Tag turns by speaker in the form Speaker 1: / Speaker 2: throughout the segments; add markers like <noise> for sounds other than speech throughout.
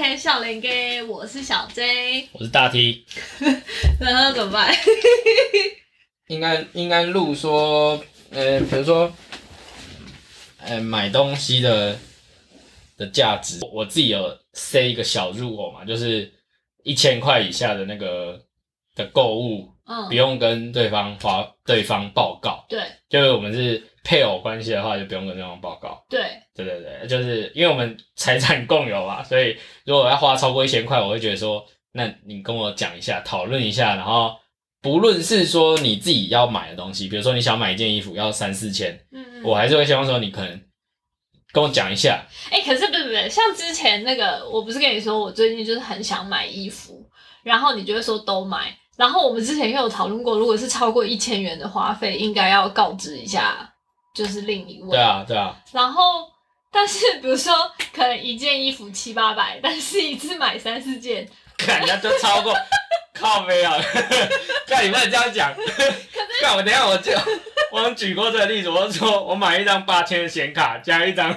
Speaker 1: 来笑脸给，我是小 J，
Speaker 2: 我是大 T，
Speaker 1: 然后怎么办？
Speaker 3: 应该应该录说，呃，比如说，呃，买东西的的价值，我自己有塞一个小入口嘛，就是一千块以下的那个的购物，
Speaker 1: 嗯
Speaker 3: 不，用跟对方发对方报告，
Speaker 1: 对
Speaker 3: 就是我们是配偶关系的话，就不用跟对方报告。
Speaker 1: 对，
Speaker 3: 对对对，就是因为我们财产共有嘛，所以如果要花超过一千块，我会觉得说，那你跟我讲一下，讨论一下，然后不论是说你自己要买的东西，比如说你想买一件衣服要三四千，
Speaker 1: 嗯嗯。
Speaker 3: 我还是会希望说你可能跟我讲一下，
Speaker 1: 哎、可是不是不是，像之前那个，我不是跟你说，我最近就是很想买衣服，然后你就会说都买。然后我们之前也有讨论过，如果是超过一千元的花费，应该要告知一下，就是另一位。
Speaker 3: 对啊对啊，
Speaker 1: 然后，但是比如说，可能一件衣服七八百，但是一次买三四件，
Speaker 3: 看人家就超过靠背
Speaker 1: <laughs>
Speaker 3: 啊，看你不能这样讲，看我等一下我就我们举过这个例子，我就说我买一张八千的显卡，加一张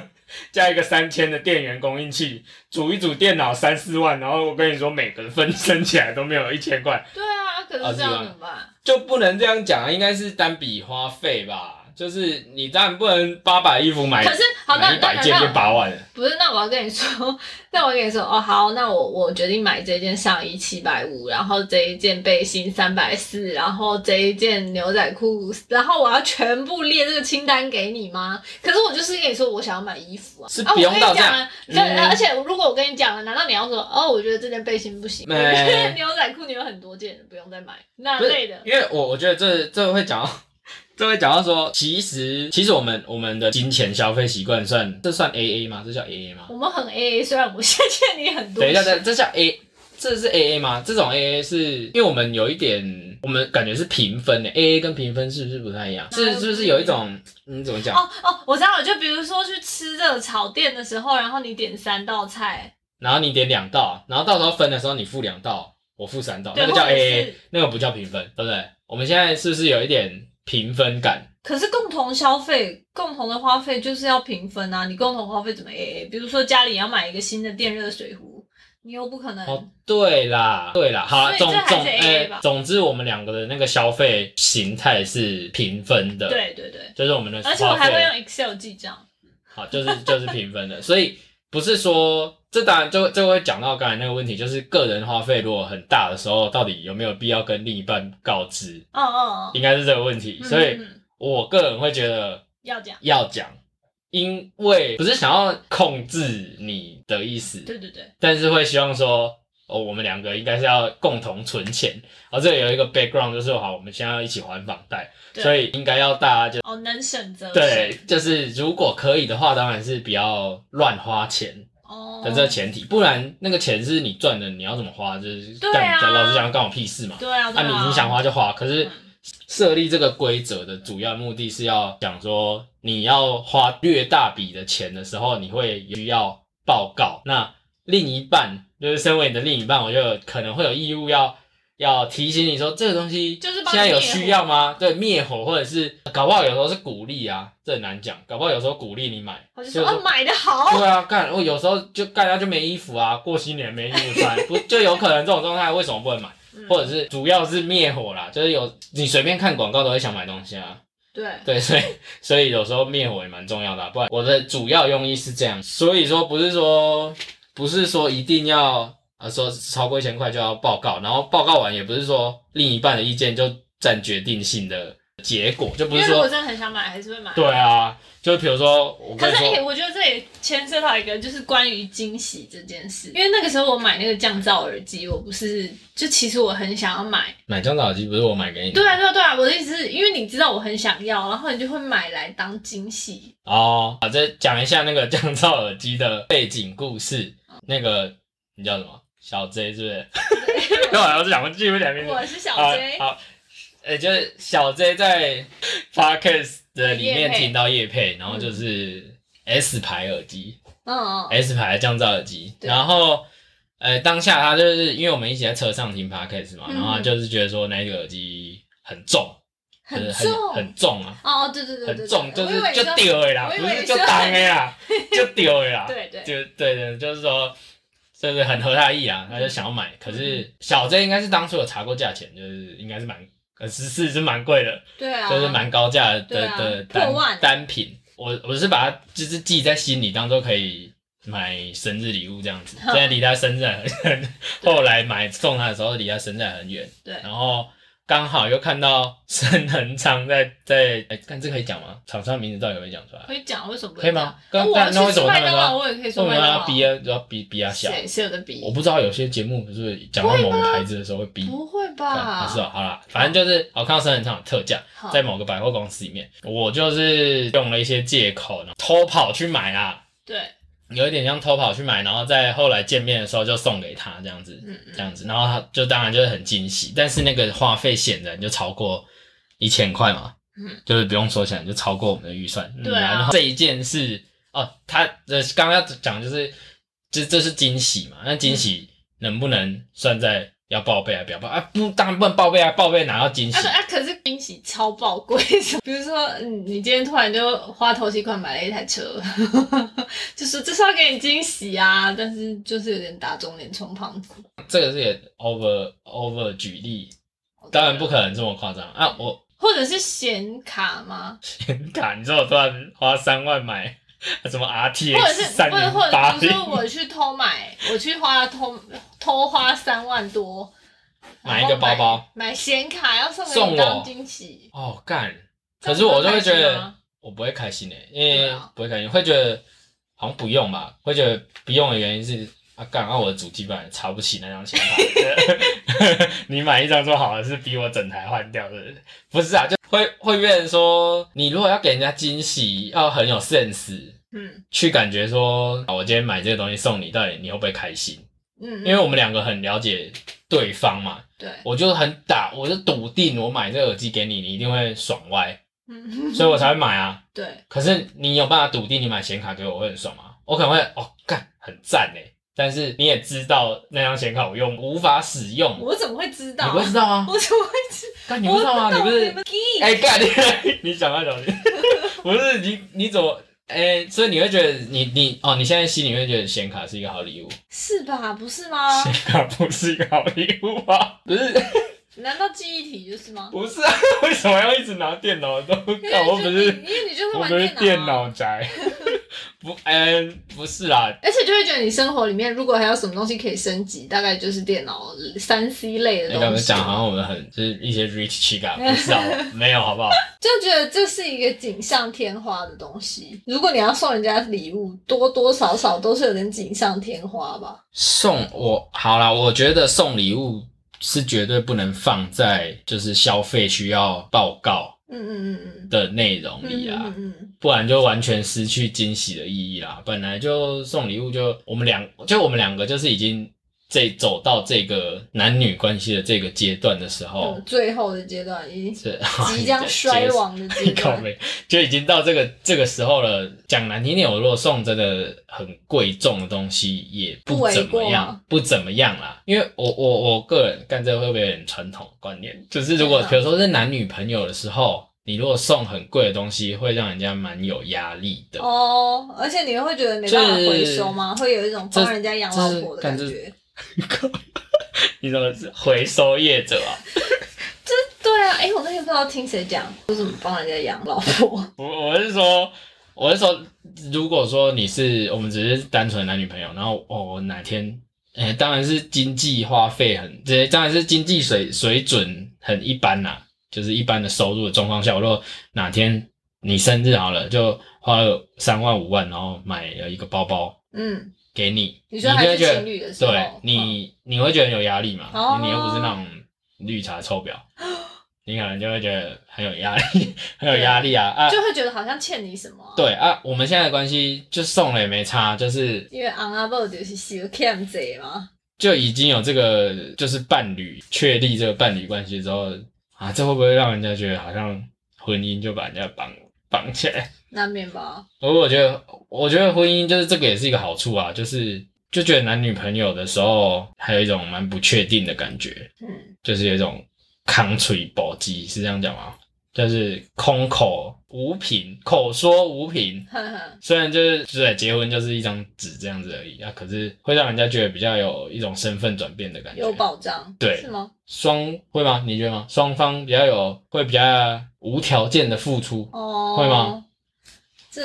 Speaker 3: 加一个三千的电源供应器，组一组电脑三四万，然后我跟你说每个分升起来都没有一千块，
Speaker 1: 对啊，可
Speaker 3: 啊
Speaker 1: 是
Speaker 3: 是
Speaker 1: 这
Speaker 3: 这
Speaker 1: 样
Speaker 3: 样
Speaker 1: 怎
Speaker 3: 怎
Speaker 1: 么办？
Speaker 3: 就不能这样讲啊，应该是单笔花费吧，就是你当然不能八百衣服买
Speaker 1: 可是好，那
Speaker 3: 买一
Speaker 1: 那
Speaker 3: 百件
Speaker 1: 那
Speaker 3: 就八万了，
Speaker 1: 不是，那我要跟你说， <laughs> 那我跟你说，哦，好，那我我决定买这件上衣七百五，然后这一件背心三百四，然后这一件牛仔裤，然后我要全部列这个清单给你吗？可是我就是跟你说，我想要买衣服啊，
Speaker 3: 是
Speaker 1: 啊，
Speaker 3: 不用到这样
Speaker 1: 我跟你讲了，对，
Speaker 3: 嗯
Speaker 1: 而且如果我跟你讲了，难道你要说，哦，我觉得这件背心不行，我
Speaker 3: 没
Speaker 1: 觉得牛仔裤你有很多件，不用再买那
Speaker 3: 不是
Speaker 1: 类的，
Speaker 3: 因为我我觉得这这会讲到， <laughs> 这会讲到说，其实其实我们我们的金钱消费习惯算这算 A A 吗？这叫 A A 吗？
Speaker 1: 我们很 A A，虽然我现在欠你很多，
Speaker 3: 等一下，这这叫 A，这是 A A 吗？这种 A A 是因为我们有一点，我们感觉是平分的 A A 跟平分是不是不太一样？是是不是有一种嗯怎么讲？
Speaker 1: 哦哦，我知道了，就比如说去吃热炒店的时候，然后你点三道菜，
Speaker 3: 然后你点两道，然后到时候分的时候你付两道，我付三道，
Speaker 1: 对
Speaker 3: 哦那个叫
Speaker 1: 或者
Speaker 3: A
Speaker 1: 是
Speaker 3: A，那个不叫平分，对不对？我们现在是不是有一点平分感？
Speaker 1: 可是共同消费、共同的花费就是要平分啊。你共同花费怎么 AA？比如说家里要买一个新的电热水壶，你又不可能。
Speaker 3: 哦，对啦，对啦，好啦，
Speaker 1: 所
Speaker 3: 总
Speaker 1: 以这还是
Speaker 3: 总哎
Speaker 1: AA 吧
Speaker 3: 总之我们两个的那个消费形态是平分的，，
Speaker 1: 对对对，
Speaker 3: 就是我们的
Speaker 1: 而且我还会
Speaker 3: 花费
Speaker 1: 用 Excel 记账。
Speaker 3: 好，就是 <laughs> 就是平分的，所以不是说这当然就就会讲到刚才那个问题，就是个人花费如果很大的时候，到底有没有必要跟另一半告知，
Speaker 1: 嗯嗯
Speaker 3: 应该是这个问题，
Speaker 1: 嗯，
Speaker 3: 所以
Speaker 1: 嗯嗯嗯
Speaker 3: 我个人会觉得
Speaker 1: 要讲。
Speaker 3: 要讲。因为不是想要控制你的意思，
Speaker 1: 对对对，
Speaker 3: 但是会希望说，哦，我们两个应该是要共同存钱。哦，这里有一个 background 就是，好，我们现在要一起还房贷，
Speaker 1: 对
Speaker 3: 所以应该要大家就
Speaker 1: 哦，能省则省 <laughs>
Speaker 3: 对，就是如果可以的话，当然是不要乱花钱
Speaker 1: 哦，
Speaker 3: 的这个前提，不然那个钱是你赚的，你要怎么花，就是
Speaker 1: 对
Speaker 3: 干、
Speaker 1: 啊
Speaker 3: 老实讲干我屁事嘛。
Speaker 1: 对啊，对
Speaker 3: 那、
Speaker 1: 啊，
Speaker 3: 你你想花就花，可是
Speaker 1: 嗯
Speaker 3: 设立这个规则的主要目的是要讲说，你要花略大笔的钱的时候，你会需要报告。那另一半就是身为你的另一半，我就有可能会有义务要要提醒你说，这个东西
Speaker 1: 就是帮
Speaker 3: 现
Speaker 1: 你
Speaker 3: 在有
Speaker 1: 灭火
Speaker 3: 需要吗？对，灭火或者是搞不好有时候是鼓励啊，这很难讲，搞不好有时候鼓励你买，
Speaker 1: 我就
Speaker 3: 就
Speaker 1: 说
Speaker 3: 是
Speaker 1: 哦，买的好，
Speaker 3: 对啊，干我有时候就干他就没衣服啊，过新年没衣服穿，不就有可能这种状态，为什么不能买？
Speaker 1: 嗯
Speaker 3: 或者是主要是灭火啦，就是有你随便看广告都会想买东西啊，
Speaker 1: 对，
Speaker 3: 对，所以所以有时候灭火也蛮重要的啊、不然我的主要用意是这样，所以说不是说不是说一定要啊说超过一千块就要报告，然后报告完也不是说另一半的意见就占决定性的结果，就不
Speaker 1: 因
Speaker 3: 是
Speaker 1: 为如果
Speaker 3: 说
Speaker 1: 真的很想买，还是会买。
Speaker 3: 对啊，就比如说我
Speaker 1: 可
Speaker 3: 跟你
Speaker 1: 是，
Speaker 3: 说
Speaker 1: 哎、，我觉得这也牵涉到一个，就是关于惊喜这件事。因为那个时候我买那个降噪耳机，我不是就其实我很想要买。
Speaker 3: 买降噪耳机不是我买给你的
Speaker 1: 对啊，对啊，对啊。我的意思是因为你知道我很想要，然后你就会买来当惊喜。
Speaker 3: 哦，好，再讲一下那个降噪耳机的背景故事。那个你叫什么？小 J 是不 <laughs> 是？对，啊我是想记不起来名字。
Speaker 1: 我是小
Speaker 3: 好
Speaker 1: J，
Speaker 3: 好，呃、就是小 J 在 podcast 的里
Speaker 1: 业
Speaker 3: 面
Speaker 1: 配
Speaker 3: 听到叶配，然后就是 S 牌耳机、
Speaker 1: 嗯嗯，
Speaker 3: s 牌的降噪耳机，
Speaker 1: 对
Speaker 3: 然后。呃，当下他就是因为我们一起在车上听 podcast 嘛，
Speaker 1: 嗯
Speaker 3: 然后他就是觉得说那个耳机很重，
Speaker 1: 很
Speaker 3: 就是
Speaker 1: 重，
Speaker 3: 很重啊，
Speaker 1: 哦，对对对对对，
Speaker 3: 很重，就
Speaker 1: 我以
Speaker 3: 是
Speaker 1: 为你
Speaker 3: 就
Speaker 1: 说
Speaker 3: 丢了啦，
Speaker 1: 我以 <laughs>
Speaker 3: 不
Speaker 1: 为
Speaker 3: 是
Speaker 1: 你
Speaker 3: 就
Speaker 1: 说
Speaker 3: 当的啦，就丢了啦，
Speaker 1: 对对
Speaker 3: 就对对，就是说甚至很合他意啊，他就想要买。可
Speaker 1: 嗯
Speaker 3: 是小 J 应该是当初有查过价钱，就是应该是蛮呃十四是蛮贵的，
Speaker 1: 对啊，
Speaker 3: 就是蛮高价的
Speaker 1: 对
Speaker 3: 的
Speaker 1: 啊
Speaker 3: 的
Speaker 1: 破
Speaker 3: 单
Speaker 1: 万
Speaker 3: 单品。我我是把它就是记在心里，当做可以买生日礼物这样
Speaker 1: <laughs>
Speaker 3: 子。
Speaker 1: 哼
Speaker 3: 现在离他生日还很，后来买送他的时候离他生日还很远。
Speaker 1: 对
Speaker 3: 然后刚好又看到深恒昌在在，哎，看这可以讲吗？厂商名字到底有没有讲出来？
Speaker 1: 可以讲为什么不
Speaker 3: 可以
Speaker 1: 能讲
Speaker 3: 吗？刚
Speaker 1: 哦我
Speaker 3: 刚
Speaker 1: 要
Speaker 3: 那为
Speaker 1: 去
Speaker 3: 什
Speaker 1: 吃
Speaker 3: 么他
Speaker 1: 麦
Speaker 3: 们
Speaker 1: 当劳，
Speaker 3: 说
Speaker 1: 我也可以说
Speaker 3: 为什么
Speaker 1: 麦当
Speaker 3: 要
Speaker 1: 劳。
Speaker 3: 逼要逼逼他小？
Speaker 1: 谁谁有的比
Speaker 3: 我？不知道有些节目是不是讲到某个牌子的时候会逼，
Speaker 1: 不会
Speaker 3: 啊
Speaker 1: 吧？
Speaker 3: 是哦，好啦，反正就是我看到生很长的特价，
Speaker 1: 好
Speaker 3: 在某个百货公司里面，我就是用了一些借口，然后偷跑去买啦，
Speaker 1: 对，
Speaker 3: 有一点像偷跑去买，然后在后来见面的时候就送给他这样子，
Speaker 1: 嗯
Speaker 3: 这样子，然后他就当然就是很惊喜，但是那个话费显然就超过一千块嘛，
Speaker 1: 嗯，
Speaker 3: 就是不用说起来就超过我们的预算，
Speaker 1: 对啊
Speaker 3: 嗯然后这一件事哦，他呃刚刚要讲就是这这是惊喜嘛，那惊喜能不能算在要报备啊？不要报啊？不，当然不能报备啊，报备哪到惊喜
Speaker 1: 啊可？啊可是惊喜超宝贵，比如说嗯你今天突然就花头期款买了一台车， <laughs> 就是这是要给你惊喜啊，但是就是有点打肿脸充胖子。
Speaker 3: 这个是也 over over 举例，当然不可能这么夸张啊！我
Speaker 1: 或者是显卡吗？
Speaker 3: 显卡，你说我突然花三万买什么
Speaker 1: 或
Speaker 3: RTX
Speaker 1: 者是
Speaker 3: 三
Speaker 1: 或者
Speaker 3: 零
Speaker 1: 或
Speaker 3: 八
Speaker 1: 者，比
Speaker 3: 零
Speaker 1: 如？说我去偷买，我去花偷偷花三万多，
Speaker 3: 买一个包
Speaker 1: 然
Speaker 3: 包
Speaker 1: 后买，买显卡要送给
Speaker 3: 送我
Speaker 1: 你当惊喜。
Speaker 3: 哦，干！
Speaker 1: 这
Speaker 3: 可
Speaker 1: 样
Speaker 3: 是我就会觉
Speaker 1: 你会开心
Speaker 3: 得
Speaker 1: 吗
Speaker 3: 我不会开心诶、欸因
Speaker 1: 对
Speaker 3: 为
Speaker 1: 啊
Speaker 3: 不会开心，会觉得好像不用吧，会觉得不用的原因是啊，干，啊我的主机本来插不起那张显卡， <laughs> 你买一张就好了，是逼我整台换掉的，不是啊，就会会变成说，你如果要给人家惊喜，要很有 sense。
Speaker 1: 嗯
Speaker 3: 去感觉说，啊我今天买这个东西送你，到底你会不会开心？
Speaker 1: 嗯，
Speaker 3: 因为我们两个很了解对方嘛，
Speaker 1: 对， <laughs>
Speaker 3: 我就很打，我就笃定我买这个耳机给你，你一定会爽歪。
Speaker 1: 嗯，
Speaker 3: 所以我才会买啊。
Speaker 1: 对，
Speaker 3: 可是你有办法笃定你买显卡给我，我会很爽吗？我可能会哦，干很赞哎，但是你也知道那张显卡我用无法使用，
Speaker 1: 我怎么会知道
Speaker 3: 你
Speaker 1: 啊？
Speaker 3: 不会知道吗？
Speaker 1: 我怎么会知道？
Speaker 3: 干你不知道吗？
Speaker 1: 我
Speaker 3: 你不是
Speaker 1: 们 geek
Speaker 3: 哎干你 <laughs> 你想到什么？ <laughs> 不是你你怎么哎、所以你会觉得你你哦，你现在心里会觉得显卡是一个好礼物，
Speaker 1: 是吧？不是吗
Speaker 3: 显？卡不是一个好礼物啊？不是
Speaker 1: 难道记忆体就是吗？
Speaker 3: 不是啊？为什么要一直拿电脑都
Speaker 1: 因
Speaker 3: 干？
Speaker 1: 为
Speaker 3: 我
Speaker 1: 就
Speaker 3: 不是
Speaker 1: 因为你就是
Speaker 3: 我
Speaker 1: 玩
Speaker 3: 不是
Speaker 1: 电
Speaker 3: 电
Speaker 1: 脑啊
Speaker 3: 脑宅，不嗯、不是啦，
Speaker 1: 而且就会觉得你生活里面如果还有什么东西可以升级，大概就是电脑三 C 类的
Speaker 3: 哎你刚
Speaker 1: 东
Speaker 3: 刚
Speaker 1: 西，啊
Speaker 3: 讲好像我们很就是一些 rich chica，不
Speaker 1: <laughs>
Speaker 3: 是好没有好不好？
Speaker 1: 就觉得这是一个锦上添花的东西。如果你要送人家礼物，多多少少都是有点锦上添花吧。
Speaker 3: 送我好啦，我觉得送礼物是绝对不能放在就是消费需要报告
Speaker 1: 嗯嗯嗯
Speaker 3: 的内容
Speaker 1: 嗯，
Speaker 3: 里
Speaker 1: 嗯
Speaker 3: 啊
Speaker 1: 嗯，嗯
Speaker 3: 不然就完全失去惊喜的意义啦。本来就送礼物就我们两就我们两个就是已经这走到这个男女关系的这个阶段的时
Speaker 1: 嗯
Speaker 3: 候，
Speaker 1: 嗯，最后的阶段已
Speaker 3: <laughs>
Speaker 1: 经
Speaker 3: 是
Speaker 1: 即将衰。亡的
Speaker 3: <laughs>
Speaker 1: 阶
Speaker 3: 靠
Speaker 1: 段，
Speaker 3: 没，就已经到这个这个时候了。讲难听点，我如果送真的很贵重的东西，也
Speaker 1: 不
Speaker 3: 不
Speaker 1: 为
Speaker 3: 怎么
Speaker 1: 过
Speaker 3: 样
Speaker 1: 吗，
Speaker 3: 不怎么样啦。因为我我我个人干这个会不会有点传统观念？就是如果
Speaker 1: 对啊
Speaker 3: 比如说是男女朋友的时候，你如果送很贵的东西，会让人家蛮有压力的。
Speaker 1: 哦，而且你会觉得没办法回收吗？会有一种帮人家养老婆的感
Speaker 3: 这
Speaker 1: 觉。
Speaker 3: 你怎么是回收业者啊？
Speaker 1: 对啊，哎、我那天不知道听谁讲，说什么帮人家养老
Speaker 3: <laughs>
Speaker 1: 婆，
Speaker 3: 我我是说，我是说，如果说你是我们只是单纯的男女朋友，然后哦，我哪天，诶、当然是经济花费很，这当然是经济水水准很一般啦、就是一般的收入的状况下，我若哪天你生日好了，就花了三万五万，然后买了一个包包
Speaker 1: 嗯，
Speaker 3: 给你，
Speaker 1: 你
Speaker 3: 你
Speaker 1: 说
Speaker 3: 就
Speaker 1: 还
Speaker 3: 会
Speaker 1: 是
Speaker 3: 觉
Speaker 1: 情
Speaker 3: 得，
Speaker 1: 侣的时候，
Speaker 3: 对你你会觉得很有压力嘛？
Speaker 1: 哦
Speaker 3: 你又不是那种绿茶臭婊，你可能就会觉得很有压力， <laughs> 很有压力啊啊！
Speaker 1: 嗯就会觉得好像欠你什么、啊。
Speaker 3: 对啊，我们现在的关系就送了也没差，就是
Speaker 1: 因为 on a b o 就是小 cam 贼嘛，
Speaker 3: 就已经有这个就是伴侣确立这个伴侣关系之后啊，这会不会让人家觉得好像婚姻就把人家绑绑起来？
Speaker 1: 难免吧。
Speaker 3: 而我觉得，我觉得婚姻就是这个也是一个好处啊，就是就觉得男女朋友的时候还有一种蛮不确定的感觉，
Speaker 1: 嗯，
Speaker 3: 就是有一种 country 搏击是这样讲吗？就是空口无凭，口说无凭。
Speaker 1: 哼哼，
Speaker 3: 虽然就是对结婚就是一张纸这样子而已啊，可是会让人家觉得比较有一种身份转变的感觉。
Speaker 1: 有保障，
Speaker 3: 对
Speaker 1: 是吗？
Speaker 3: 双会吗？你觉得吗？双方比较有会比较无条件的付出，
Speaker 1: 哦，
Speaker 3: 会吗？
Speaker 1: 这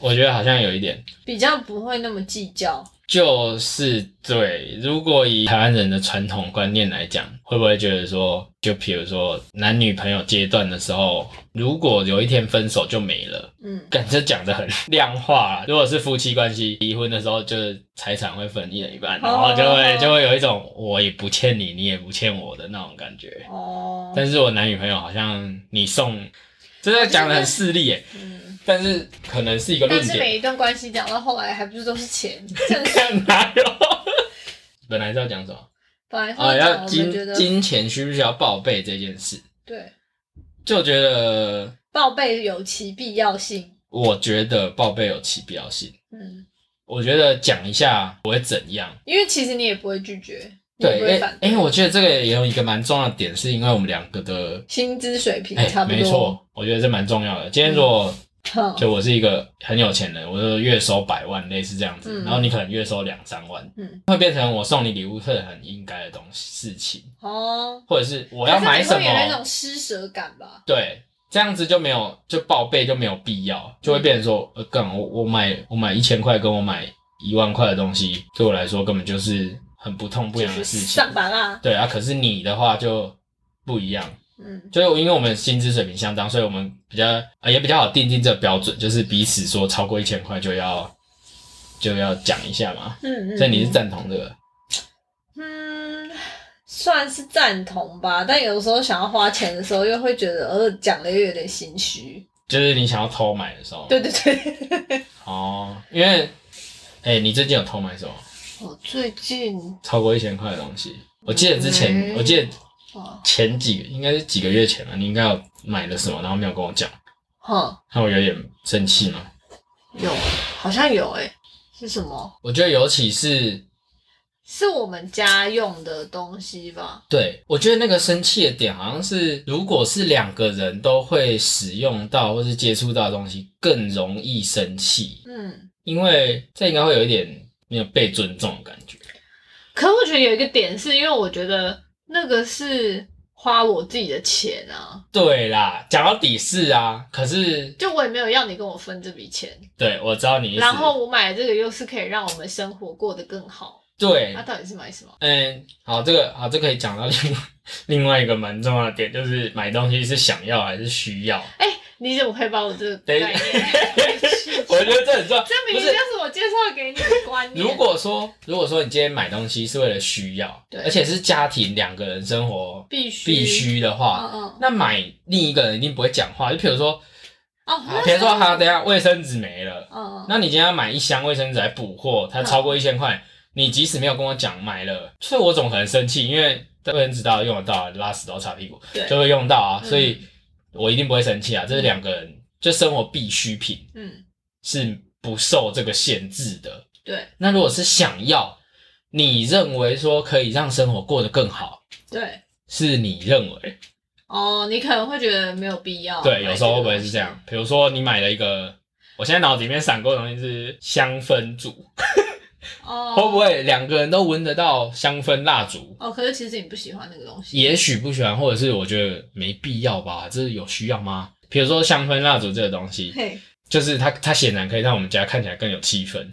Speaker 3: 我觉得好像有一点。
Speaker 1: 比较不会那么计较，
Speaker 3: 就是对，如果以台湾人的传统观念来讲，会不会觉得说，就比如说男女朋友阶段的时候，如果有一天分手就没了，
Speaker 1: 嗯，
Speaker 3: 感觉讲的很 <laughs> 量化啦。如果是夫妻关系，离婚的时候就是财产会分一人一
Speaker 1: 哦
Speaker 3: 半，然后就会就会有一种我也不欠你，你也不欠我的那种感觉。
Speaker 1: 哦，
Speaker 3: 但是我男女朋友好像你送，这在讲的很势利耶，
Speaker 1: 嗯，
Speaker 3: 但是可能是一个论
Speaker 1: 但是
Speaker 3: 点。
Speaker 1: 每一段关系讲到后来，还不是都是钱？这
Speaker 3: 看哪有？ <laughs> 本来是要讲什么？
Speaker 1: <laughs> 本来是
Speaker 3: 啊，
Speaker 1: 讲
Speaker 3: 要
Speaker 1: 我
Speaker 3: 金
Speaker 1: 们觉得
Speaker 3: 金钱需不需要报备这件事，
Speaker 1: 对
Speaker 3: 就觉得
Speaker 1: 报备有其必要性，
Speaker 3: 我觉得报备有其必要性。
Speaker 1: 嗯，
Speaker 3: 我觉得讲一下我会怎样，
Speaker 1: 因为其实你也不会拒绝，你也不
Speaker 3: 对，因
Speaker 1: 会
Speaker 3: 为
Speaker 1: 反对，
Speaker 3: 因为我觉得这个也有一个蛮重要的点，是因为我们两个的，
Speaker 1: 薪资水平
Speaker 3: 哎、
Speaker 1: 差不
Speaker 3: 没
Speaker 1: 多，嗯
Speaker 3: 错，我觉得这蛮重要的。今天如果
Speaker 1: 哼
Speaker 3: 就我是一个很有钱人，我就月收百万，类似这样子，
Speaker 1: 嗯
Speaker 3: 然后你可能月收两三万，
Speaker 1: 嗯
Speaker 3: 会变成我送你礼物是很应该的东西事情，
Speaker 1: 哦，
Speaker 3: 或者是我要买什
Speaker 1: 可是你会有那
Speaker 3: 么
Speaker 1: 种，施舍感吧？
Speaker 3: 对，这样子就没有就报备就没有必要，就会变成说，呃，干我我买我买一千块跟我买一万块的东西，对我来说根本就是很不痛不
Speaker 1: 就
Speaker 3: 痒的
Speaker 1: 是
Speaker 3: 事情。
Speaker 1: 上班啦，
Speaker 3: 对啊，可是你的话就不一样，
Speaker 1: 嗯
Speaker 3: 就是因为我们薪资水平相当，所以我们比较呃也比较好定定这个标准，就是彼此说超过一千块就要就要讲一下嘛。
Speaker 1: 嗯嗯，
Speaker 3: 所以你是赞同这个？
Speaker 1: 嗯，算是赞同吧，但有时候想要花钱的时候，又会觉得呃讲的又有点心虚。
Speaker 3: 就是你想要偷买的时候，
Speaker 1: 对对对，
Speaker 3: 哦，因为，哎、你最近有偷买什么？
Speaker 1: <laughs> 我最近
Speaker 3: 超过一千块的东西。我记得之前，
Speaker 1: 嗯哦
Speaker 3: 我记得
Speaker 1: 哇，
Speaker 3: 前几个应该是几个月前了，你应该有买了什么，然后没有跟我讲，
Speaker 1: 哼，
Speaker 3: 那我有点生气嘛。
Speaker 1: 有好像有诶、是什么？
Speaker 3: 我觉得尤其是
Speaker 1: 是我们家用的东西吧？
Speaker 3: 对，我觉得那个生气的点好像是，如果是两个人都会使用到或是接触到的东西，更容易生气，
Speaker 1: 嗯，
Speaker 3: 因为这应该会有一点没有被尊重的感觉。
Speaker 1: 可我觉得有一个点是因为我觉得那个是花我自己的钱啊，
Speaker 3: 对啦，讲到底是啊，可是
Speaker 1: 就我也没有要你跟我分这笔钱，
Speaker 3: 对我知道你意思，
Speaker 1: 然后我买的这个又是可以让我们生活过得更好，
Speaker 3: 对
Speaker 1: 那、到底是买什么？
Speaker 3: 嗯，好，这个好，这可以讲到另外另外一个蛮重要的点，就是买东西是想要还是需要。
Speaker 1: 哎、你怎么可以把我这个概
Speaker 3: 等一
Speaker 1: 念？
Speaker 3: <laughs> 我觉得这很重
Speaker 1: <laughs>
Speaker 3: 要。
Speaker 1: 这明明
Speaker 3: 不是
Speaker 1: 就是我介绍给你的观念。
Speaker 3: 如果说如果说你今天买东西是为了需要，
Speaker 1: 对
Speaker 3: 而且是家庭两个人生活
Speaker 1: 必须
Speaker 3: 必，须的话，
Speaker 1: 嗯嗯，
Speaker 3: 那买另一个人一定不会讲话。就比如说，
Speaker 1: 哦，
Speaker 3: 好
Speaker 1: 那
Speaker 3: 比如啊说，好，等一下卫生纸没了，
Speaker 1: 嗯嗯，
Speaker 3: 那你今天要买一箱卫生纸来补货，它超过一千块，你即使没有跟我讲买了，所以我总很生气，因为卫生纸到底用得到啊，拉屎都擦屁股
Speaker 1: 对
Speaker 3: 就会用到啊，
Speaker 1: 嗯
Speaker 3: 所以我一定不会生气啊。这是两个人就生活必需品
Speaker 1: 嗯，
Speaker 3: 是不受这个限制的。
Speaker 1: 对
Speaker 3: 那如果是想要，你认为说可以让生活过得更好，
Speaker 1: 对，
Speaker 3: 是你认为
Speaker 1: 哦，你可能会觉得没有必要。
Speaker 3: 对？有时候会不会是这样？？比如说你买了一个，我现在脑子里面闪过的东西是香氛烛。
Speaker 1: 哦，
Speaker 3: 会不？会两个人都闻得到香氛蜡烛？
Speaker 1: 哦，可是其实你不喜欢那个东西。
Speaker 3: 也许不喜欢，或者是我觉得没必要吧，这有需要吗？比如说香氛蜡烛这个东西，
Speaker 1: 嘿，
Speaker 3: 就是它它显然可以让我们家看起来更有气氛，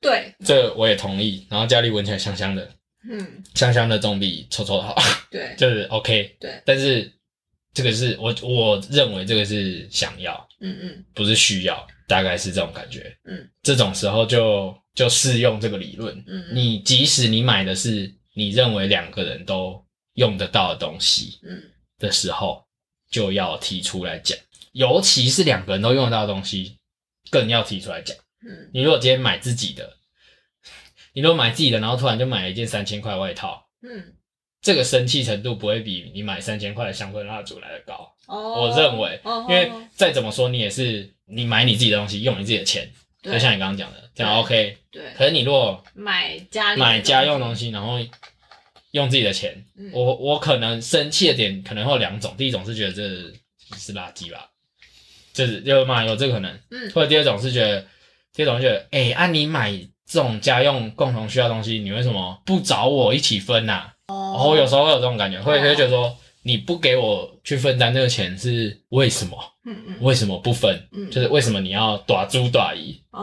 Speaker 1: 对，
Speaker 3: 这我也同意。然后家里闻起来香香的，
Speaker 1: 嗯，
Speaker 3: 香香的总比臭臭的好，
Speaker 1: 对
Speaker 3: 就是 OK。
Speaker 1: 对，
Speaker 3: 但是这个是我我认为这个是想要，
Speaker 1: 嗯嗯，
Speaker 3: 不是需要，大概是这种感觉。
Speaker 1: 嗯，
Speaker 3: 这种时候就就适用这个理论。
Speaker 1: 嗯嗯
Speaker 3: 你即使你买的是你认为两个人都用得到的东西
Speaker 1: 嗯，
Speaker 3: 的时候，就要提出来讲，尤其是两个人都用得到的东西，更要提出来讲。
Speaker 1: 嗯，
Speaker 3: 你如果今天买自己的，你如果买自己的，然后突然就买了一件三千块外套，
Speaker 1: 嗯，
Speaker 3: 这个生气程度不会比你买三千块的香氛蜡烛来的高，
Speaker 1: 哦，
Speaker 3: 我认为，
Speaker 1: 哦，
Speaker 3: 因为再怎么说你也是你买你自己的东西，用你自己的钱，就
Speaker 1: 对
Speaker 3: 像你刚刚讲的，这样
Speaker 1: 对
Speaker 3: OK。
Speaker 1: 对
Speaker 3: 可是你如果
Speaker 1: 买家里的
Speaker 3: 买家用
Speaker 1: 东
Speaker 3: 东西，然后用自己的钱，
Speaker 1: 嗯
Speaker 3: 我我可能生气的点可能会有两种，第一种是觉得这是垃圾吧，就是有嘛有这个可能，
Speaker 1: 嗯
Speaker 3: 或者第二种是觉得，第二种是觉得，哎、啊你买这种家用共同需要的东西，你为什么不找我一起分呐、然
Speaker 1: 哦
Speaker 3: 后我有时候会有这种感觉，会会觉得说你不给我去分担这个钱是为什么？
Speaker 1: 嗯嗯
Speaker 3: 为什么不分？
Speaker 1: 嗯，
Speaker 3: 就是为什么你要短租短移？
Speaker 1: 哦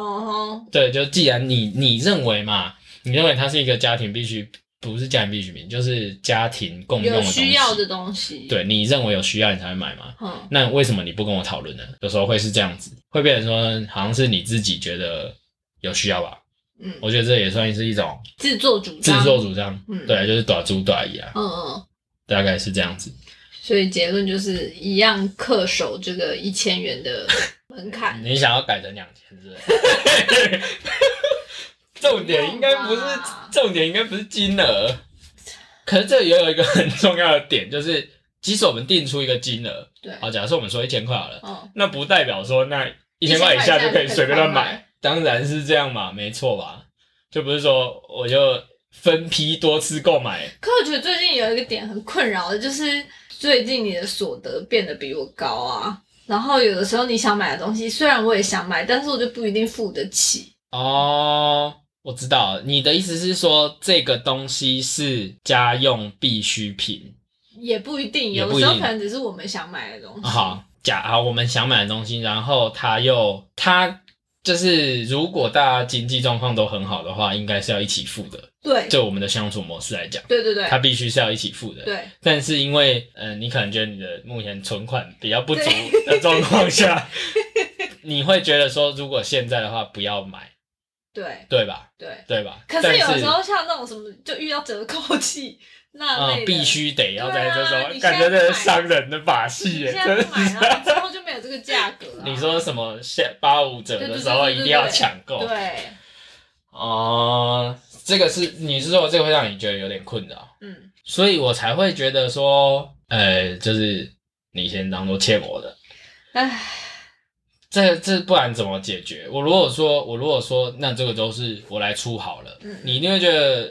Speaker 1: 吼，
Speaker 3: 对，就既然你你认为嘛，你认为它是一个家庭必须，不是家庭必需品，就是家庭共用的
Speaker 1: 有
Speaker 3: 东西。
Speaker 1: 需要的东西，，
Speaker 3: 对，你认为有需要你才会买嘛？
Speaker 1: 嗯
Speaker 3: 那为什么你不跟我讨论呢？有时候会是这样子，会变成说好像是你自己觉得有需要吧？
Speaker 1: 嗯，
Speaker 3: 我觉得这也算是一种
Speaker 1: 自作主
Speaker 3: 自
Speaker 1: 张，
Speaker 3: 作主张，
Speaker 1: 嗯
Speaker 3: 对，就是短租短移啊，
Speaker 1: 嗯嗯。
Speaker 3: 大概是这样子。
Speaker 1: 所以结论就是一样恪守这个一千元的门槛。
Speaker 3: 你想要改成两千之类的？
Speaker 1: <laughs>
Speaker 3: 重点应该不是
Speaker 1: 不用吧
Speaker 3: 重点，应该不是金额。可是这也有一个很重要的点，就是即使我们定出一个金额，
Speaker 1: 对，
Speaker 3: 好，假设我们说一千块好了，
Speaker 1: 嗯，
Speaker 3: 那不代表说那一
Speaker 1: 1000
Speaker 3: 千块以下就可
Speaker 1: 块
Speaker 3: 以
Speaker 1: 以下
Speaker 3: 随便乱
Speaker 1: 就可以
Speaker 3: 买
Speaker 1: 买，
Speaker 3: 当然是这样嘛，没错吧？就不是说我就分批多次购买，
Speaker 1: 可我觉得最近有一个点很困扰的，就是最近你的所得变得比我高啊。然后有的时候你想买的东西，虽然我也想买，但是我就不一定付得起。
Speaker 3: 哦，我知道你的意思是说这个东西是家用必需品，
Speaker 1: 也不一定，
Speaker 3: 也
Speaker 1: 有
Speaker 3: 不一定啊
Speaker 1: 的时候可能只是我们想买的东西。
Speaker 3: 好，假好我们想买的东西，然后他又他就是，如果大家经济状况都很好的话，应该是要一起付的。
Speaker 1: 对，
Speaker 3: 就我们的相处模式来讲，
Speaker 1: 对对对
Speaker 3: 它必须是要一起付的。
Speaker 1: 对，
Speaker 3: 但是因为，嗯、你可能觉得你的目前存款比较不足的状况下，你会觉得说，如果现在的话不要买，
Speaker 1: 对
Speaker 3: 对吧？
Speaker 1: 对。
Speaker 3: 对吧？
Speaker 1: 可
Speaker 3: 但
Speaker 1: 是有的时候像那种什么，就遇到折扣季那类
Speaker 3: 嗯，
Speaker 1: 的，
Speaker 3: 必须得要在这时
Speaker 1: 对啊
Speaker 3: 候，
Speaker 1: 你
Speaker 3: 感觉
Speaker 1: 现在不
Speaker 3: 这
Speaker 1: 买
Speaker 3: 是商人的把戏
Speaker 1: 你
Speaker 3: 耶，
Speaker 1: 现
Speaker 3: 真
Speaker 1: 在
Speaker 3: 的
Speaker 1: 不买，
Speaker 3: 是。 <laughs>
Speaker 1: 然后之后就没有这个价格啊、
Speaker 3: 你说什么下八五折的时候
Speaker 1: 对对对对对
Speaker 3: 一定要抢购？
Speaker 1: 对，
Speaker 3: 哦、这个是你是说这个会让你觉得有点困扰，
Speaker 1: 嗯，
Speaker 3: 所以我才会觉得说，呃，就是你先当做欠我的，
Speaker 1: 唉，
Speaker 3: 这这不然怎么解决？我如果说我如果说那这个都是我来出好了，
Speaker 1: 嗯
Speaker 3: 你一定会觉得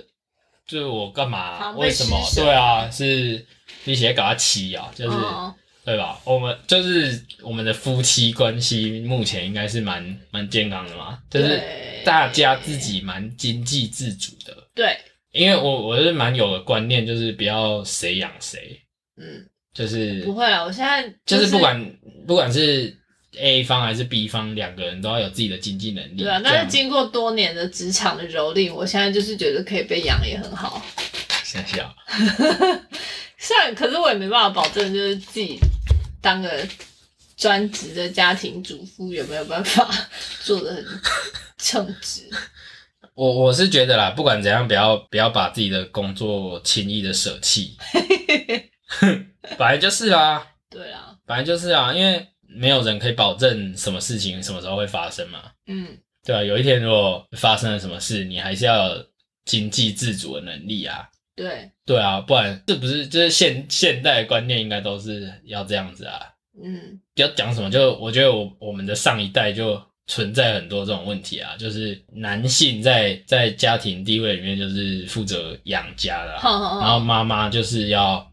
Speaker 3: 就是我干
Speaker 1: 好
Speaker 3: 嘛？
Speaker 1: 像被
Speaker 3: 为什么？
Speaker 1: 施舍
Speaker 3: 对啊，是你写搞他妻啊，就是、
Speaker 1: 哦
Speaker 3: 对吧？我们就是我们的夫妻关系目前应该是蛮蛮健康的嘛，就是
Speaker 1: 对
Speaker 3: 大家自己蛮经济自主的。
Speaker 1: 对，
Speaker 3: 因为我我是蛮有个观念，就是不要谁养谁，
Speaker 1: 嗯，
Speaker 3: 就是
Speaker 1: 不会了，啊我现在
Speaker 3: 就是不管不管是 A 方还是 B 方，两个人都要有自己的经济能力。
Speaker 1: 对啊，
Speaker 3: 这
Speaker 1: 但
Speaker 3: 样
Speaker 1: 是经过多年的职场的蹂躏，我现在就是觉得可以被养也很好。
Speaker 3: 想想
Speaker 1: 虽然可是我也没办法保证，就是自己当个专职的家庭主妇有没有办法做的很称职。
Speaker 3: 我我是觉得啦，不管怎样，不要不要把自己的工作轻易的
Speaker 1: <laughs>
Speaker 3: 舍弃。本来就是啦，
Speaker 1: 对啊，
Speaker 3: 本来就是啊，因为没有人可以保证什么事情什么时候会发生嘛。
Speaker 1: 嗯，
Speaker 3: 对啊，有一天如果发生了什么事，你还是要有经济自主的能力啊。
Speaker 1: 对，
Speaker 3: 对啊，不然这不是就是现现代的观念应该都是要这样子啊。
Speaker 1: 嗯，
Speaker 3: 不要讲什么，就我觉得我我们的上一代就存在很多这种问题啊，就是男性在在家庭地位里面就是负责养家的啊、
Speaker 1: 哼哼哼
Speaker 3: 然后妈妈就是要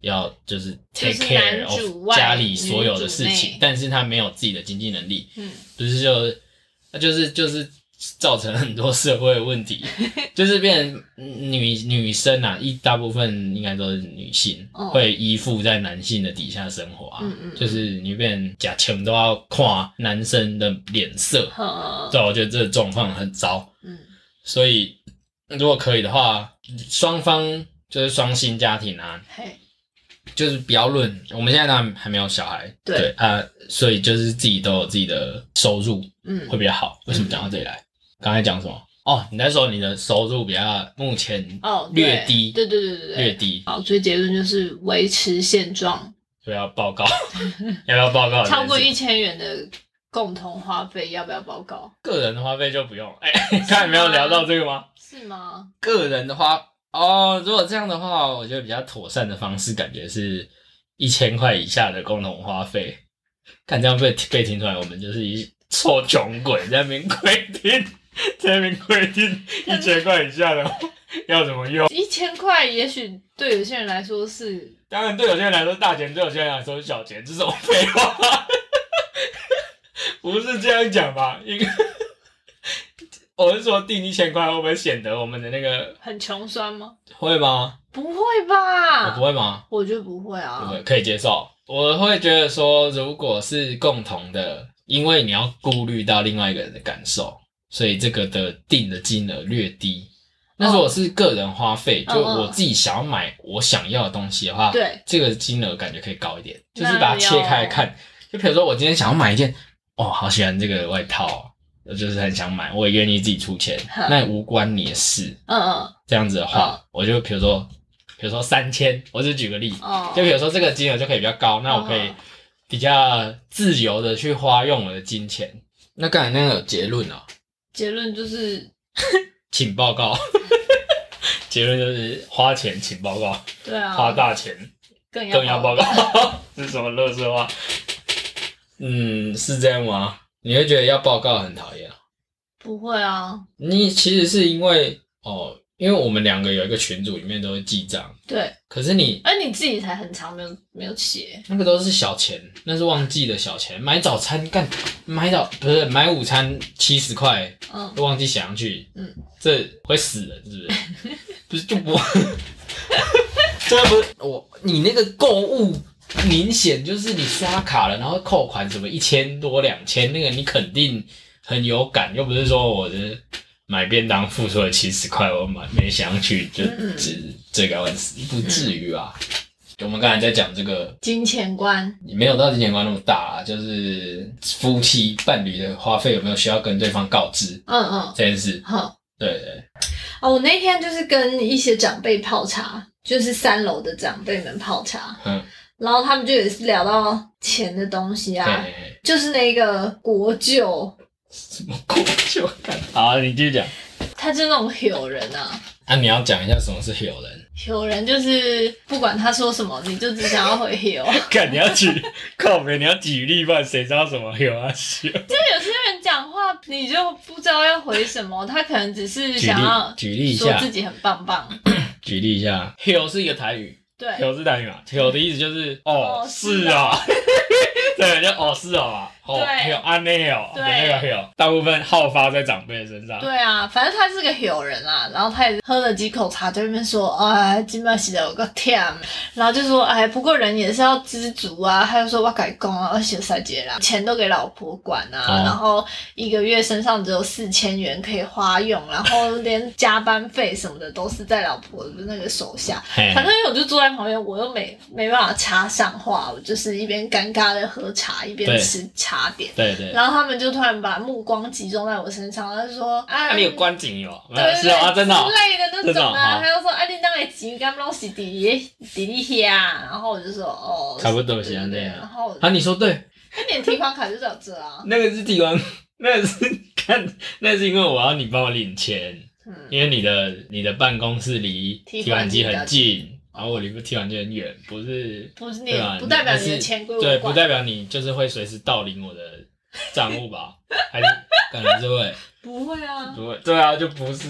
Speaker 3: 要就是 take
Speaker 1: 就是
Speaker 3: care
Speaker 1: 男
Speaker 3: of
Speaker 1: 主外
Speaker 3: 家里所有的事
Speaker 1: 女主
Speaker 3: 情
Speaker 1: 内，
Speaker 3: 但是她没有自己的经济能力，
Speaker 1: 嗯，
Speaker 3: 不是就那就是就是造成很多社会
Speaker 1: <laughs>
Speaker 3: 问题，就是变成女女生啊，一大部分应该都是女性、
Speaker 1: 哦
Speaker 3: 会依附在男性的底下生活啊，
Speaker 1: 嗯嗯
Speaker 3: 就是你变假钱都要看男生的脸色，
Speaker 1: 哼哼哼
Speaker 3: 对，我觉得这个状况很糟，
Speaker 1: 嗯
Speaker 3: 所以如果可以的话，双方就是双薪家庭啊，
Speaker 1: 嘿，
Speaker 3: 就是不要论，我们现在当然还没有小孩，
Speaker 1: 对
Speaker 3: 啊、所以就是自己都有自己的收入，
Speaker 1: 嗯
Speaker 3: 会比较好。为什么讲到这里来？刚才讲什么？哦，你在说你的收入比较目前
Speaker 1: 哦，对
Speaker 3: 略低，
Speaker 1: 对对对对对，
Speaker 3: 略低，
Speaker 1: 好，所以结论就是维持现状，
Speaker 3: 所以要报
Speaker 1: <laughs>
Speaker 3: 告，要不要报告？
Speaker 1: 超过一千元的共同花费要不要报告？
Speaker 3: 个人的花费就不用。哎、看你没有聊到这个吗？
Speaker 1: 是吗？
Speaker 3: 个人的话，哦，如果这样的话，我觉得比较妥善的方式，感觉是一千块以下的共同花费。看这样被被听出来，我们就是一臭穷鬼在那边规定。在那边规定一千块以下的要怎么用？
Speaker 1: 一千块也许对有些人来说是，
Speaker 3: 当然对有些人来说是大钱，对有些人来说是小钱，这是种废话。 <laughs> 不是这样讲吧？应该，我是说定一千块会不会显得我们的那个
Speaker 1: 很穷酸吗？
Speaker 3: 会吗？
Speaker 1: 不会
Speaker 3: 我
Speaker 1: 吧？
Speaker 3: 不会吗？
Speaker 1: 我觉得不会啊。
Speaker 3: 不会，可以接受。我会觉得说，如果是共同的，因为你要顾虑到另外一个人的感受，所以这个的定的金额略低。但是我是个人花费，
Speaker 1: 哦嗯
Speaker 3: 就我自己想要买我想要的东西的话，
Speaker 1: 对，
Speaker 3: 这个金额感觉可以高一点，就
Speaker 1: 那
Speaker 3: 是把它切开来看。就比如说，我今天想要买一件，哦，好喜欢这个外套哦、我就是很想买，我也愿意自己出钱，
Speaker 1: 哼
Speaker 3: 那也无关你的事。
Speaker 1: 嗯嗯
Speaker 3: 这样子的话，我就比如说，比如说三千，我只举个例，
Speaker 1: 哦，
Speaker 3: 就比如说这个金额就可以比较高，那我可以
Speaker 1: 嗯
Speaker 3: 比较自由的去花用我的金钱。那刚才那个结论哦，
Speaker 1: 结论就是
Speaker 3: 请报告。 <laughs> 结论就是花钱请报告，
Speaker 1: 对啊，
Speaker 3: 花大钱 <laughs>
Speaker 1: 更要
Speaker 3: 更要报告， <laughs> 这是什么乐色话？嗯，是这样吗？你会觉得要报告很讨厌啊？
Speaker 1: 不会啊，
Speaker 3: 你其实是因为哦，因为我们两个有一个群组，里面都会记账，
Speaker 1: 对，
Speaker 3: 可是你
Speaker 1: 而你自己才很长没有没有写，
Speaker 3: 那个都是小钱，那是忘记的小钱。买早餐干，买早不是买午餐七十块，
Speaker 1: 嗯，
Speaker 3: 忘记写上去，
Speaker 1: 嗯，
Speaker 3: 这会死人是不是？
Speaker 1: <laughs>
Speaker 3: 不是就不，这不是我你那个购物明显就是你刷卡了，然后扣款什么一千多两千，那个你肯定很有感，又不是说我是买便当付出了七十块，我买没想去就
Speaker 1: 嗯嗯
Speaker 3: 这这该万死，不至于啊。我们刚才在讲这个
Speaker 1: 金钱观，
Speaker 3: 你没有到金钱观那么大啦，就是夫妻伴侣的花费有没有需要跟对方告知
Speaker 1: 嗯嗯，
Speaker 3: 这件事？
Speaker 1: 好。
Speaker 3: 对对，
Speaker 1: 哦，我那天就是跟一些长辈泡茶，就是三楼的长辈们泡茶，
Speaker 3: 嗯，
Speaker 1: 然后他们就也是聊到钱的东西
Speaker 3: 对
Speaker 1: 啊，
Speaker 3: 对对，
Speaker 1: 就是那个国舅，
Speaker 3: 什么国舅感？好，你继续讲。
Speaker 1: 他是那种友人啊，
Speaker 3: 啊，你要讲一下什么是友人？
Speaker 1: 友人就是不管他说什么，你就只想要回
Speaker 3: <laughs>
Speaker 1: 友。
Speaker 3: 看你要举，靠没？你要举例吧，谁知道什么友啊？举
Speaker 1: 但有些人讲话你就不知道要回什么，他可能只是想要
Speaker 3: 例，举例一
Speaker 1: 说
Speaker 3: 下
Speaker 1: 自，己很棒棒，
Speaker 3: 举例一下。友是一个台语，
Speaker 1: 对，
Speaker 3: 友是台语嘛？友的意思就是哦
Speaker 1: 哎
Speaker 3: <laughs>
Speaker 1: 哦，
Speaker 3: 是
Speaker 1: 是
Speaker 3: 啊。对，就哦是哦啊，哦
Speaker 1: 对
Speaker 3: 有安内哦，
Speaker 1: 对
Speaker 3: 那个有，大部分好发在长辈的身上。
Speaker 1: 对啊，反正他是个友人啊，然后他也喝了几口茶，在那边说，哎，今麦洗的有个甜，然后就说，哎，不过人也是要知足啊。他就说，我改工啊，而且三节啦，钱都给老婆管啊，
Speaker 3: 哦
Speaker 1: 然后一个月身上只有四千元可以花用，然后连加班费什么的都是在老婆的那个手下。
Speaker 3: 嘿
Speaker 1: 反正我就坐在旁边，我又没没办法插上话，我就是一边尴尬的喝茶，一边
Speaker 3: 对
Speaker 1: 吃茶点。
Speaker 3: 对对，
Speaker 1: 然后他们就突然把目光集中在我身上，他就说：“啊，
Speaker 3: 那你有观景有？没
Speaker 1: 对
Speaker 3: 有
Speaker 1: 对
Speaker 3: 是
Speaker 1: 对
Speaker 3: 哦啊，真的哦
Speaker 1: 之。类的那
Speaker 3: 真的
Speaker 1: 种
Speaker 3: 哦
Speaker 1: 啊。
Speaker 3: 好”
Speaker 1: 他就说：“啊，你那个钱敢拢是伫你伫你遐？”然后我就说：“哦，
Speaker 3: 差不多
Speaker 1: 是
Speaker 3: 是这样
Speaker 1: 然后
Speaker 3: 啊，你说对，
Speaker 1: 那点提款卡就找这啊，
Speaker 3: 那个是提完， <laughs> 那个是看，那是因为我要你帮我领钱，
Speaker 1: 嗯，
Speaker 3: 因为你的你的办公室离
Speaker 1: 提
Speaker 3: 提
Speaker 1: 款
Speaker 3: 款
Speaker 1: 机
Speaker 3: 机
Speaker 1: 比较
Speaker 3: 很近，然后我离提款机很远，不是
Speaker 1: 不是你
Speaker 3: 对吧？
Speaker 1: 不代表
Speaker 3: 那
Speaker 1: 你的
Speaker 3: 是
Speaker 1: 钱归
Speaker 3: 对，
Speaker 1: 我
Speaker 3: 不
Speaker 1: 管，
Speaker 3: 代表你就是会随时盗领我的账户吧？还是 <laughs> 可能是会
Speaker 1: 不会啊。
Speaker 3: 不会？对啊，就不是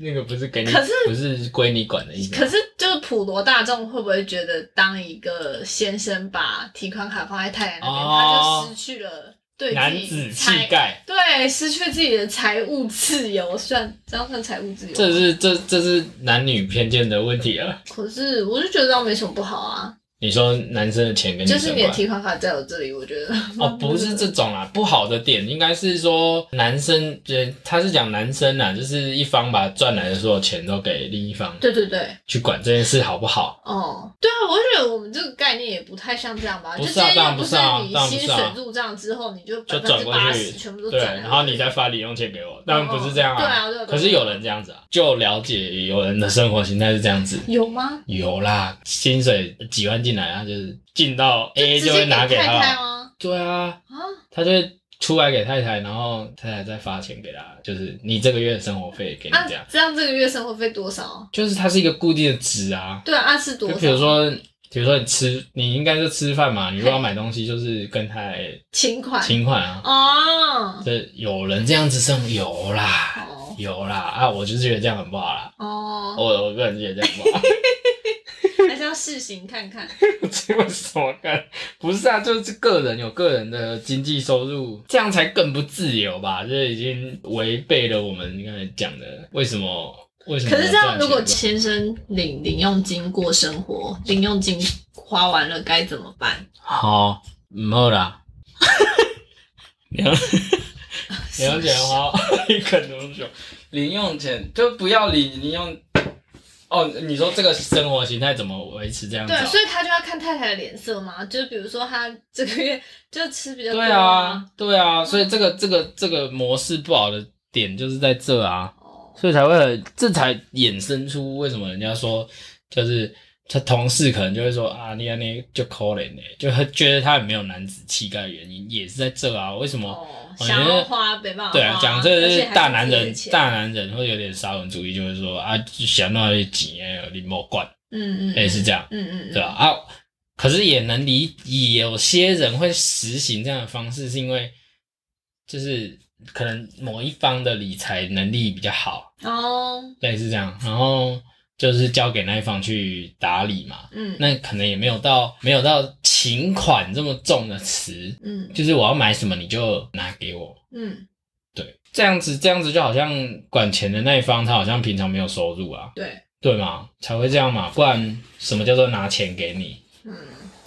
Speaker 3: 那个不是给你，
Speaker 1: 可是
Speaker 3: 不是归你管的意思。
Speaker 1: 可是，就是普罗大众会不会觉得，当一个先生把提款卡放在太太那边，
Speaker 3: 哦
Speaker 1: 他就失去了对
Speaker 3: 男
Speaker 1: 自己
Speaker 3: 子
Speaker 1: 财
Speaker 3: 气概，
Speaker 1: 对，失去自己的财务自由，算这样算财务自由吗。
Speaker 3: 这是这这是男女偏见的问题了。
Speaker 1: 可是我就觉得这样没什么不好啊，
Speaker 3: 你说男生的钱跟女
Speaker 1: 就
Speaker 3: 生
Speaker 1: 是你的提款卡在我这里，我觉得
Speaker 3: 啊
Speaker 1: <laughs>
Speaker 3: 哦，不是这种啦，不好的点应该是说男生，呃，他是讲男生啦，就是一方把赚来的所有钱都给另一方
Speaker 1: 对对对，
Speaker 3: 去管这件事好不好？
Speaker 1: 哦，对啊，我就觉得我们这个概念也不太像这样吧，
Speaker 3: 不
Speaker 1: 就是今
Speaker 3: 啊
Speaker 1: 天
Speaker 3: 当
Speaker 1: 又
Speaker 3: 然不
Speaker 1: 是
Speaker 3: 是啊
Speaker 1: 你
Speaker 3: 当然不
Speaker 1: 薪
Speaker 3: 是啊
Speaker 1: 水入账之后，你就百
Speaker 3: 就
Speaker 1: 分
Speaker 3: 转
Speaker 1: 之
Speaker 3: 过
Speaker 1: 八
Speaker 3: 去
Speaker 1: 十全部都
Speaker 3: 对，
Speaker 1: 转，
Speaker 3: 然后你再发零用钱给我，当然不是这样
Speaker 1: 对啊对啊对啊
Speaker 3: 可是有人这样子啊，就了解有人的生活形态是这样子。
Speaker 1: 有吗？
Speaker 3: 有啦，薪水几万进来，他就是进到 A
Speaker 1: 直
Speaker 3: 就
Speaker 1: 接
Speaker 3: 会拿
Speaker 1: 给太太
Speaker 3: 他。
Speaker 1: 吗？
Speaker 3: 对啊，
Speaker 1: 啊，
Speaker 3: 他就会出来给太太，然后太太再发钱给他，就是你这个月的生活费给你
Speaker 1: 啊
Speaker 3: 这样，，
Speaker 1: 这样这个月生活费多少？
Speaker 3: 就是它是一个固定的值啊。
Speaker 1: 对啊，啊是多
Speaker 3: 就
Speaker 1: 少？
Speaker 3: 比如说，比如说你吃，你应该是吃饭嘛，你如果要买东西，就是跟他
Speaker 1: 轻款
Speaker 3: 清款啊。
Speaker 1: 哦
Speaker 3: 这有人这样子上有啦，
Speaker 1: 哦
Speaker 3: 有啦啊！我就是觉得这样很不好啦，
Speaker 1: 哦，
Speaker 3: 我我个人觉得这样
Speaker 1: <laughs>
Speaker 3: 不好。 <laughs>
Speaker 1: 还是要试行看看。
Speaker 3: 这为什么干？不是啊，就是个人有个人的经济收入，这样才更不自由吧？这已经违背了我们刚才讲的为什么为什么
Speaker 1: 可
Speaker 3: 赚
Speaker 1: 是
Speaker 3: 钱
Speaker 1: 这
Speaker 3: 不好？
Speaker 1: 样，如果先生领零用金过生活，零用金花完了该怎么办？
Speaker 3: 好，唔好啦。 <laughs> 两两钱花一个多久？零用钱就不要理零用。哦，你说这个生活形态怎么维持这样子
Speaker 1: 对
Speaker 3: 啊、，
Speaker 1: 所以他就要看太太的脸色嘛。就是比如说他这个月就吃比较多
Speaker 3: 对啊，，对啊，所以这个这个这个模式不好的点就是在这啊。
Speaker 1: 哦，
Speaker 3: 所以才会很，这才衍生出为什么人家说，就是他同事可能就会说啊，你啊你就可怜呢，欸就他觉得他很没有男子气概的原因，也是在这啊。为什么？
Speaker 1: 哦
Speaker 3: 我觉
Speaker 1: 想
Speaker 3: 得
Speaker 1: 要花没办法花，
Speaker 3: 对啊，讲这个
Speaker 1: 而
Speaker 3: 是
Speaker 1: 且还
Speaker 3: 大男
Speaker 1: 自己
Speaker 3: 人
Speaker 1: 的，钱
Speaker 3: 大男人会有点沙文主义，就会说啊，就想那些钱你莫管，
Speaker 1: 嗯嗯，
Speaker 3: 类似这样，
Speaker 1: 嗯嗯，嗯
Speaker 3: 对吧、啊？啊，可是也能理，也有些人会实行这样的方式，是因为就是可能某一方的理财能力比较好，
Speaker 1: 哦，
Speaker 3: 类似这样，然后就是交给那一方去打理嘛。
Speaker 1: 嗯
Speaker 3: 那可能也没有到没有到情款这么重的词，
Speaker 1: 嗯
Speaker 3: 就是我要买什么你就拿给我，
Speaker 1: 嗯，
Speaker 3: 对，这样子这样子就好像管钱的那一方他好像平常没有收入啊，
Speaker 1: 对，
Speaker 3: 对嘛，才会这样嘛，不然什么叫做拿钱给你？
Speaker 1: 嗯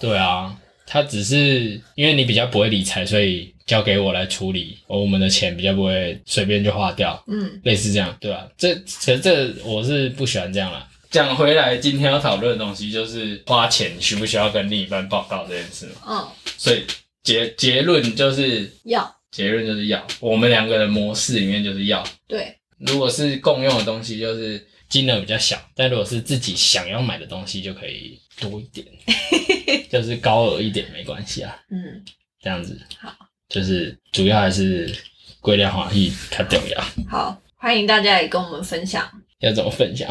Speaker 3: 对啊，他只是因为你比较不会理财，所以交给我来处理，而我们的钱比较不会随便就花掉，
Speaker 1: 嗯，
Speaker 3: 类似这样，对吧、这其实这我是不喜欢这样啦。讲回来，今天要讨论的东西就是花钱需不需要跟另一半报告这件事嘛。
Speaker 1: 哦，
Speaker 3: 所以结结论就是，
Speaker 1: 要
Speaker 3: 结论就是要我们两个的模式里面就是要，
Speaker 1: 对，
Speaker 3: 如果是共用的东西，就是金额比较小，但如果是自己想要买的东西，就可以多一点，就是高额一点没关系啊，
Speaker 1: 嗯，
Speaker 3: 这样子。
Speaker 1: 好，
Speaker 3: 就是主要还是规量华裔较重要，
Speaker 1: 好，欢迎大家也跟我们分享，
Speaker 3: 要怎么分享？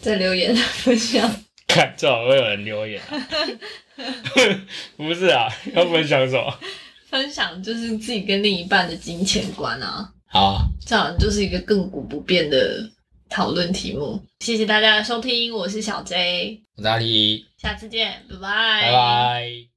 Speaker 1: 在留言分享，
Speaker 4: 看，最好会有人留言、
Speaker 3: <laughs>
Speaker 4: 啊。不是啊，要分享什么？
Speaker 1: 分享就是自己跟另一半的金钱观啊，
Speaker 3: 好，
Speaker 1: 这样就是一个亘古不变的讨论题目。谢谢大家的收听，我是小 J，
Speaker 3: 我是阿力，
Speaker 1: 下次见，拜
Speaker 3: 拜拜。